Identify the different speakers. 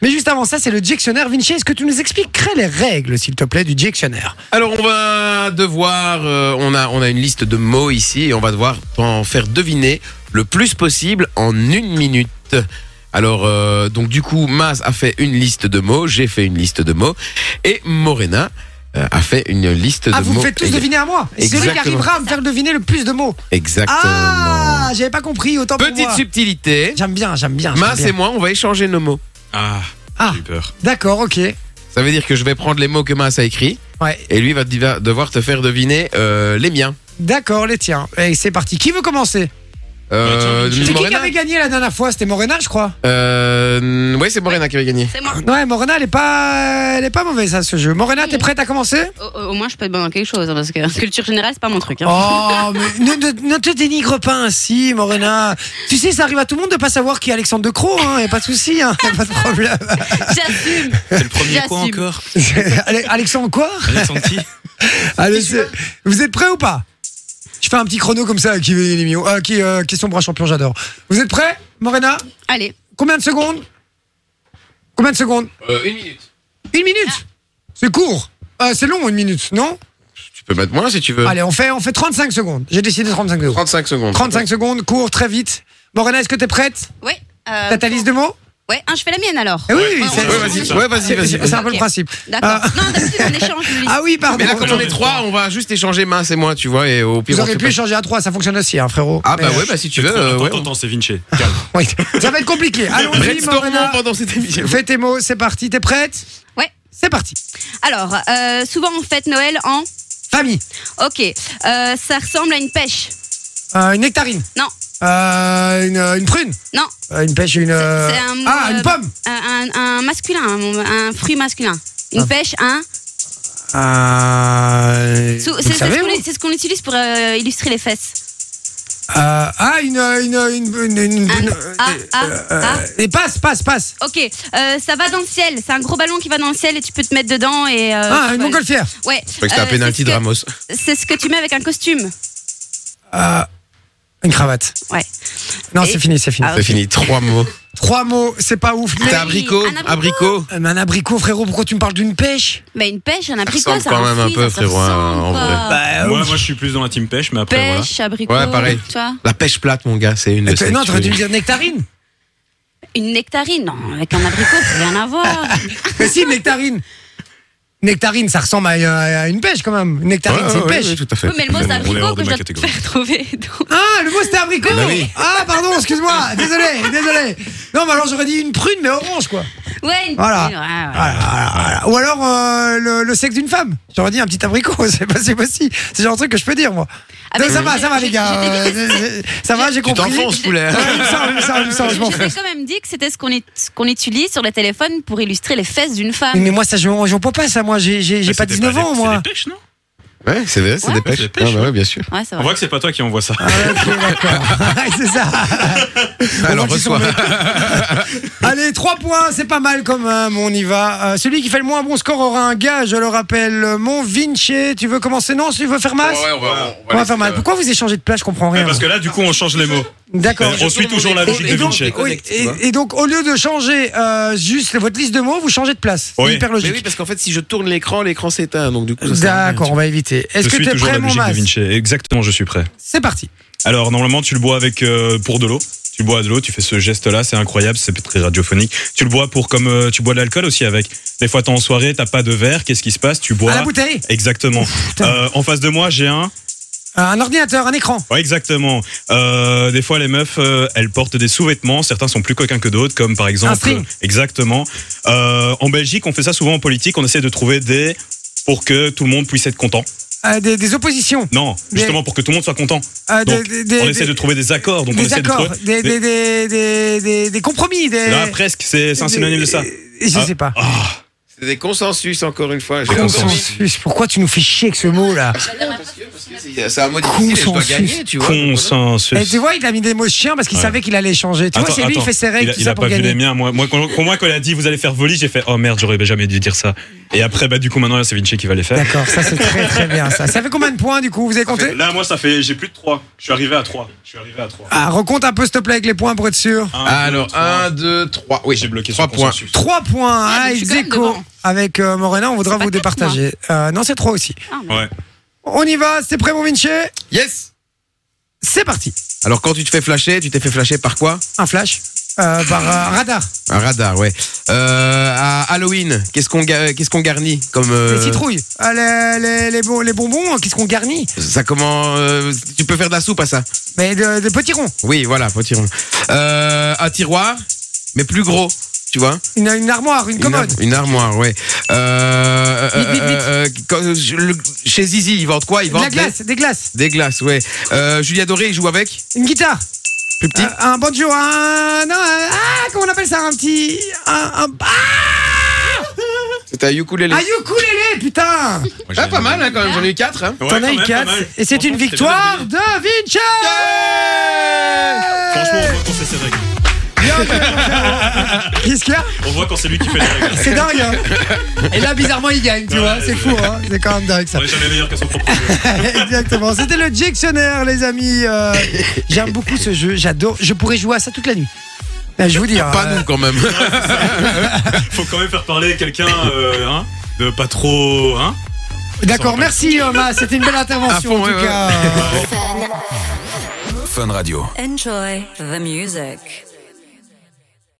Speaker 1: Mais juste avant ça, c'est le dictionnaire. Vinci, est-ce que tu nous expliquerais les règles, s'il te plaît, du dictionnaire
Speaker 2: Alors on va devoir, euh, on, a, on a une liste de mots ici et on va devoir en faire deviner le plus possible en une minute. Alors euh, donc du coup, Maz a fait une liste de mots, j'ai fait une liste de mots et Morena euh, a fait une liste
Speaker 1: Ah,
Speaker 2: de
Speaker 1: vous
Speaker 2: mots.
Speaker 1: me faites tous
Speaker 2: Et-
Speaker 1: deviner à moi. Et celui qui
Speaker 2: Exactement.
Speaker 1: arrivera à me faire deviner le plus de mots.
Speaker 2: Exactement.
Speaker 1: Ah, j'avais pas compris, autant pour
Speaker 2: Petite
Speaker 1: moi.
Speaker 2: subtilité,
Speaker 1: J'aime bien, j'aime bien. j'aime
Speaker 2: Maz
Speaker 1: bien.
Speaker 2: et moi, on va échanger nos mots.
Speaker 3: Ah,
Speaker 1: Ah.
Speaker 3: j'ai eu peur.
Speaker 1: D'accord, ok.
Speaker 2: Ça veut dire que je vais prendre les mots que Maz a écrits
Speaker 1: Ouais,
Speaker 2: et lui va diva- devoir te faire deviner euh, les miens.
Speaker 1: d'accord, les tiens. Et c'est parti. Qui veut commencer
Speaker 2: Euh,
Speaker 3: Bah, tiens,
Speaker 1: C'est qui qui
Speaker 2: Morena
Speaker 1: avait gagné la dernière fois C'était Morena, je crois.
Speaker 2: Euh, ouais, c'est Morena qui avait gagné.
Speaker 4: C'est moi.
Speaker 1: Ouais, Morena, elle est pas, elle est pas mauvaise à ce jeu. Morena, t'es prête à commencer
Speaker 4: Au, au- au moins, je peux être bonne dans quelque chose, hein, parce que culture générale, c'est pas mon truc. hein.
Speaker 1: Oh, mais ne, ne- ne te dénigre pas ainsi, Morena. Tu sais, ça arrive à tout le monde de pas savoir qui est Alexandre De Croo, hein, y a pas de souci, hein, y a pas de problème.
Speaker 4: J'assume.
Speaker 3: C'est le premier quoi
Speaker 4: J'assume.
Speaker 3: encore
Speaker 1: Allez, Alexandre quoi
Speaker 3: Alexandre qui
Speaker 1: Allez, c'est- vous êtes prêts ou pas Je fais un petit chrono comme ça qui veut les millions. Ah, qui euh, question bras champion, j'adore. Vous êtes prêts, Morena
Speaker 4: Allez,
Speaker 1: Combien de secondes Combien de secondes
Speaker 2: Euh, une minute.
Speaker 1: Une minute C'est court. Euh, c'est long, une minute, non
Speaker 2: Tu peux mettre moins si tu veux.
Speaker 1: Allez, on fait, on fait 35 secondes. J'ai décidé 35 secondes.
Speaker 2: 35 secondes.
Speaker 1: 35 secondes, court, très vite. Morena, est-ce que t'es prête
Speaker 4: ouais. euh,
Speaker 1: T'as ta liste de mots
Speaker 4: Ouais, hein, je fais la mienne alors.
Speaker 1: Eh oui, oui,
Speaker 4: Ouais,
Speaker 1: c'est-
Speaker 4: ouais,
Speaker 2: Ouais,
Speaker 4: ouais,
Speaker 2: vas-y,
Speaker 4: ouais.
Speaker 2: ouais, vas-y,
Speaker 1: C'est
Speaker 2: vas-y.
Speaker 1: c'est un peu le
Speaker 4: Ok.
Speaker 1: principe.
Speaker 4: D'accord. Non, d'habitude, on échange. Julie.
Speaker 1: Ah oui, pardon.
Speaker 2: Mais là, comme on est trois, on va juste échanger main et moi, tu vois, et au pire.
Speaker 1: Vous
Speaker 2: on
Speaker 1: auriez
Speaker 2: se
Speaker 1: pu
Speaker 2: passe-
Speaker 1: changer à trois, ça fonctionne aussi, hein, frérot.
Speaker 2: Ah,
Speaker 1: Mais,
Speaker 2: bah
Speaker 1: euh,
Speaker 2: ouais, bah si tu veux. euh,
Speaker 3: Attends,
Speaker 2: ouais, Ah
Speaker 3: attends, attends, c'est Vinci. Calme.
Speaker 1: oui. Ça va être compliqué.
Speaker 2: on-
Speaker 1: Allons-y,
Speaker 2: Brainstormons
Speaker 1: Morena.
Speaker 2: pendant cette émission.
Speaker 1: Fais tes mots, c'est parti. T'es prête
Speaker 4: Ouais.
Speaker 1: C'est parti.
Speaker 4: Alors, euh, souvent, on fête Noël en.
Speaker 1: Famille,
Speaker 4: Ok. euh, ça ressemble à une pêche.
Speaker 1: euh, une nectarine.
Speaker 4: Non.
Speaker 1: Euh, une, euh, une prune.
Speaker 4: Non.
Speaker 1: Euh, une pêche, une. euh,
Speaker 4: c'est un mot,
Speaker 1: ah,
Speaker 4: euh,
Speaker 1: une pomme.
Speaker 4: Un, un- un masculin, un, un fruit masculin. Une
Speaker 1: Ah.
Speaker 4: pêche, un.
Speaker 1: Euh,
Speaker 4: Sou-
Speaker 1: vous
Speaker 4: C'est
Speaker 1: le
Speaker 4: c'est ce
Speaker 1: savez,
Speaker 4: qu'on
Speaker 1: vous
Speaker 4: u- c'est ce qu'on utilise pour euh, illustrer les fesses.
Speaker 1: Euh, ah, une. euh, une, euh, une, une, une- une-
Speaker 4: Un-
Speaker 1: euh,
Speaker 4: ah, ah,
Speaker 1: euh,
Speaker 4: ah.
Speaker 1: Et passe, passe, passe.
Speaker 4: Ok. euh, ça va dans le ciel. C'est un gros ballon qui va dans le ciel et tu peux te mettre dedans et. euh,
Speaker 1: Ah,
Speaker 4: tu
Speaker 1: une
Speaker 4: vois-
Speaker 1: montgolfière.
Speaker 4: Ouais.
Speaker 2: Je crois que c'était un
Speaker 4: euh,
Speaker 2: pénalty de
Speaker 4: c'est ce que-
Speaker 2: Ramos.
Speaker 4: C'est ce que tu mets avec un costume.
Speaker 1: Euh, une cravate.
Speaker 4: Ouais.
Speaker 1: Non,
Speaker 4: Et-
Speaker 1: c'est fini, c'est fini.
Speaker 4: Ah,
Speaker 2: C'est fini, trois mots.
Speaker 1: Trois mots, c'est pas ouf. Mais...
Speaker 2: T'es abricot,
Speaker 4: un abricot.
Speaker 2: abricot.
Speaker 1: Euh, mais un abricot, frérot, pourquoi tu me parles d'une pêche
Speaker 4: Mais une pêche, un abricot,
Speaker 2: ressemble
Speaker 4: ça
Speaker 2: quand même un
Speaker 4: fruit,
Speaker 2: peu,
Speaker 4: ça se
Speaker 2: frérot, hein,
Speaker 4: ressemble,
Speaker 2: en
Speaker 4: quoi.
Speaker 2: vrai.
Speaker 1: Bah,
Speaker 3: Ah. Moi,
Speaker 1: ouf.
Speaker 3: moi, je suis plus dans la team pêche, mais après, voilà.
Speaker 4: Pêche, abricot.
Speaker 2: Ouais, pareil.
Speaker 4: Tu vois
Speaker 2: La pêche plate, mon gars, c'est une de
Speaker 1: T'as-
Speaker 2: ces
Speaker 1: Non,
Speaker 2: que
Speaker 1: t'aurais
Speaker 2: tu-
Speaker 1: dû me dire nectarine.
Speaker 4: Une nectarine, non, avec un abricot, ça n'a rien à voir.
Speaker 1: Mais si, nectarine. Nectarine, ça ressemble à, euh, à une pêche quand même. Une nectarine,
Speaker 2: Ouais,
Speaker 1: c'est une
Speaker 2: ouais,
Speaker 1: pêche.
Speaker 2: ouais, tout à fait.
Speaker 4: Oui, mais le mot, c'est
Speaker 3: On est
Speaker 4: abricot
Speaker 3: hors
Speaker 4: que
Speaker 3: de
Speaker 4: je
Speaker 3: ma
Speaker 4: dois te
Speaker 3: catégorie.
Speaker 4: faire trouver. donc.
Speaker 1: Ah, le mot c'était abricot.
Speaker 2: Bah oui.
Speaker 1: Ah, pardon, excuse-moi. Désolé, désolé. Non, mais alors j'aurais dit une prune, mais orange, quoi.
Speaker 4: Ouais, une
Speaker 1: Voilà. Ah,
Speaker 4: nectarine, ouais, ouais.
Speaker 1: Voilà, voilà, voilà. Ou alors euh, le, le sexe d'une femme. J'aurais dit un petit abricot. C'est pas c'est pas si. C'est genre un truc que je peux dire, moi.
Speaker 4: Ah,
Speaker 1: Non,
Speaker 4: mais
Speaker 1: ça
Speaker 4: je-
Speaker 1: va, ça va,
Speaker 4: je-
Speaker 1: les gars.
Speaker 4: je-
Speaker 1: Euh, c'est- c'est- ça va, j'ai
Speaker 2: Tu
Speaker 1: compris.
Speaker 2: t'enfonces, poulet.
Speaker 1: Ouais, il me semble, il me semble, il me semble, je m'en
Speaker 4: Je t'ai
Speaker 1: fous.
Speaker 4: quand même dit que c'était ce qu'on est- ce qu'on utilise sur les téléphones pour illustrer les fesses d'une
Speaker 1: Mais,
Speaker 4: femme.
Speaker 1: moi, ça, je j'en peux pas, ça, moi. J'ai j'ai- j'ai
Speaker 3: Mais
Speaker 1: pas
Speaker 3: c'était
Speaker 1: 19
Speaker 3: des-
Speaker 1: ans,
Speaker 3: c'est
Speaker 1: moi.
Speaker 3: des pêches, non
Speaker 2: Ouais, c'est vrai, c'est
Speaker 4: Ouais,
Speaker 2: des
Speaker 3: c'est
Speaker 2: pêches.
Speaker 3: des
Speaker 2: Ah,
Speaker 3: pêches,
Speaker 2: bah ouais, bien sûr.
Speaker 4: Ouais, c'est
Speaker 3: On
Speaker 4: vrai.
Speaker 3: voit que c'est pas toi qui envoie ça.
Speaker 1: Ah, ok, d'accord. c'est ça. Comment
Speaker 2: Alors,
Speaker 1: qu'ils
Speaker 2: reçois.
Speaker 1: sont- Allez, 3 points, c'est pas mal quand même, on y va. Euh, celui qui fait le moins bon score aura un gars, je le rappelle. Euh, Mon Vinci, tu veux commencer Non, tu veux faire masse
Speaker 2: on va,
Speaker 1: On va euh, faire masse. Pourquoi vous échangez de place Je comprends
Speaker 3: Ouais,
Speaker 1: rien.
Speaker 3: parce que là, du coup, on change les mots.
Speaker 1: D'accord.
Speaker 3: on suit toujours la logique
Speaker 1: Et
Speaker 3: de
Speaker 1: donc,
Speaker 3: Vinci.
Speaker 1: oui, et- et donc, au lieu de changer euh, juste votre liste de mots, vous changez de place. C'est
Speaker 3: Oui.
Speaker 1: hyper
Speaker 2: Mais oui,
Speaker 1: logique.
Speaker 2: parce qu'en fait, si je tourne l'écran, l'écran s'éteint, donc du coup, ça sert à rien.
Speaker 1: D'accord, on va éviter.
Speaker 3: Je
Speaker 1: Est-ce que
Speaker 3: suis
Speaker 1: t'es
Speaker 3: toujours
Speaker 1: prêt,
Speaker 3: la
Speaker 1: mon
Speaker 3: logique de
Speaker 1: mas
Speaker 3: Vinci. Exactement, je suis prêt.
Speaker 1: C'est parti.
Speaker 3: Alors normalement tu le bois avec euh, pour de l'eau. Tu le bois à de l'eau, tu fais ce geste-là, c'est incroyable, c'est très radiophonique. Tu le bois pour comme euh, tu bois de l'alcool aussi avec. Des fois t'es en soirée, t'as pas de verre, qu'est-ce qui se passe Tu bois.
Speaker 1: À la bouteille,
Speaker 3: Exactement. Euh, en face de moi j'ai un.
Speaker 1: euh, un ordinateur, un écran.
Speaker 3: Ouais, exactement. Euh, des fois les meufs, euh, elles portent des sous-vêtements. Certains sont plus coquins que d'autres, comme par exemple.
Speaker 1: Un string.
Speaker 3: Exactement. Euh, en Belgique, on fait ça souvent en politique. On essaie de trouver des pour que tout le monde puisse être content.
Speaker 1: Euh, des, des oppositions.
Speaker 3: Non,
Speaker 1: Des-
Speaker 3: justement pour que tout le monde soit content.
Speaker 1: Euh, des-
Speaker 3: Donc,
Speaker 1: des- des-
Speaker 3: on essaie de trouver des accords. Donc on
Speaker 1: des
Speaker 3: essaie de
Speaker 1: accords, des,
Speaker 3: trouver-
Speaker 1: des, des, des, des- des compromis. Des,
Speaker 3: Là, presque, c'est c'est un synonyme de ça.
Speaker 1: des- Je
Speaker 3: Ah.
Speaker 1: sais pas.
Speaker 3: Ah,
Speaker 2: C'est des consensus, encore une fois. j'ai compris.
Speaker 1: Consensus. Pourquoi tu nous fais chier avec ce mot là
Speaker 2: C'est c'est un mot difficile, et je dois
Speaker 1: Consensus.
Speaker 2: gagner, tu vois.
Speaker 1: Et
Speaker 3: consensus.
Speaker 1: Eh, Tu vois, il a mis des mots chiens parce qu'il
Speaker 3: Ouais.
Speaker 1: savait qu'il allait changer. Tu vois,
Speaker 3: Attends,
Speaker 1: c'est lui, il
Speaker 3: attends.
Speaker 1: fait ses
Speaker 3: Il
Speaker 1: règles,
Speaker 3: a,
Speaker 1: tout
Speaker 3: il
Speaker 1: ça
Speaker 3: a
Speaker 1: pour
Speaker 3: pas vu les
Speaker 1: gagner.
Speaker 3: miens. Moi, moi, quand, pour moi, quand elle a dit vous allez faire voler, j'ai fait oh merde, j'aurais jamais dû dire ça. Et après, bah, du coup, maintenant, là, c'est Vinci qui va les faire.
Speaker 1: D'accord, ça c'est très très bien ça. Ça fait combien de points du coup Vous avez compté
Speaker 3: Là, moi, ça fait. J'ai plus de 3. Je suis arrivé à 3. Je suis arrivé à 3.
Speaker 1: Ah, recompte un peu s'il te plaît avec les points pour être sûr.
Speaker 2: Alors, 1, 2, 3. Oui,
Speaker 3: J'ai bloqué
Speaker 2: 3
Speaker 3: sur
Speaker 2: points.
Speaker 3: consensus.
Speaker 1: 3 points
Speaker 4: Ah,
Speaker 1: à
Speaker 4: mais je suis quand même
Speaker 1: Execo
Speaker 4: devant.
Speaker 1: avec euh, Morena, on voudra
Speaker 4: C'est
Speaker 1: vous
Speaker 4: pas quatre,
Speaker 1: départager. Euh, non, c'est 3 aussi.
Speaker 4: Ah, non.
Speaker 3: Ouais.
Speaker 1: On y va, c'est prêt mon Vinci
Speaker 2: Yes
Speaker 1: C'est parti.
Speaker 2: Alors, quand tu te fais flasher, tu t'es fait flasher par quoi
Speaker 1: Un flash euh, par euh, radar.
Speaker 2: Un radar, ouais. Euh, à Halloween, qu'est-ce qu'on ga- qu'est-ce qu'on garnit comme. euh,
Speaker 1: Les citrouilles, Ah, les, les, les bon- les bonbons, hein, qu'est-ce qu'on garnit
Speaker 2: Ça comment euh, Tu peux faire de la soupe à ça
Speaker 1: Mais de- des petits ronds.
Speaker 2: Oui, voilà, potiron. Euh, un tiroir, mais plus gros, tu vois
Speaker 1: Une, une armoire, une
Speaker 2: Une ar-
Speaker 1: commode.
Speaker 2: Une, armoire, ouais. Euh, euh,
Speaker 1: Vite, vite, vite.
Speaker 2: euh, euh, quand- je- le- chez Zizi, ils vendent quoi Ils
Speaker 1: de la
Speaker 2: vendent des,
Speaker 1: glace, des glaces.
Speaker 2: des glaces, ouais. Euh, Julia Doré, il joue avec
Speaker 1: Une guitare.
Speaker 2: Plus petit
Speaker 1: Euh, un banjo, un. Non, un- ah, comment on appelle ça Un petit. Un. un-
Speaker 2: C'est un ukulélé.
Speaker 1: ah, un ukulélé, putain
Speaker 2: Ah, pas mal, hein, quand même, j'en ai eu 4. Hein.
Speaker 1: T'en as eu 4 et c'est une victoire de Vinci
Speaker 3: Franchement, on voit quand c'est ses règles.
Speaker 1: Qu'est-ce qu'il y a
Speaker 3: On voit quand c'est lui qui fait les règles.
Speaker 1: C'est dingue hein. Et là, bizarrement, il gagne, tu
Speaker 3: Ouais.
Speaker 1: vois, c'est fou, hein c'est quand même dingue ça.
Speaker 3: On est jamais meilleur qu'à son propre jeu.
Speaker 1: Exactement, c'était le dictionnaire, les amis. Euh, J'aime beaucoup ce jeu, j'adore, je pourrais jouer à ça toute la nuit. Là, je vous dis, hein,
Speaker 2: Pas nous, quand même.
Speaker 3: Faut quand même faire parler quelqu'un euh, hein, de pas trop. Hein
Speaker 1: D'accord, merci euh, Ma, c'était une belle intervention
Speaker 2: À fond,
Speaker 1: en tout
Speaker 2: ouais,
Speaker 1: cas.
Speaker 5: Enjoy the music.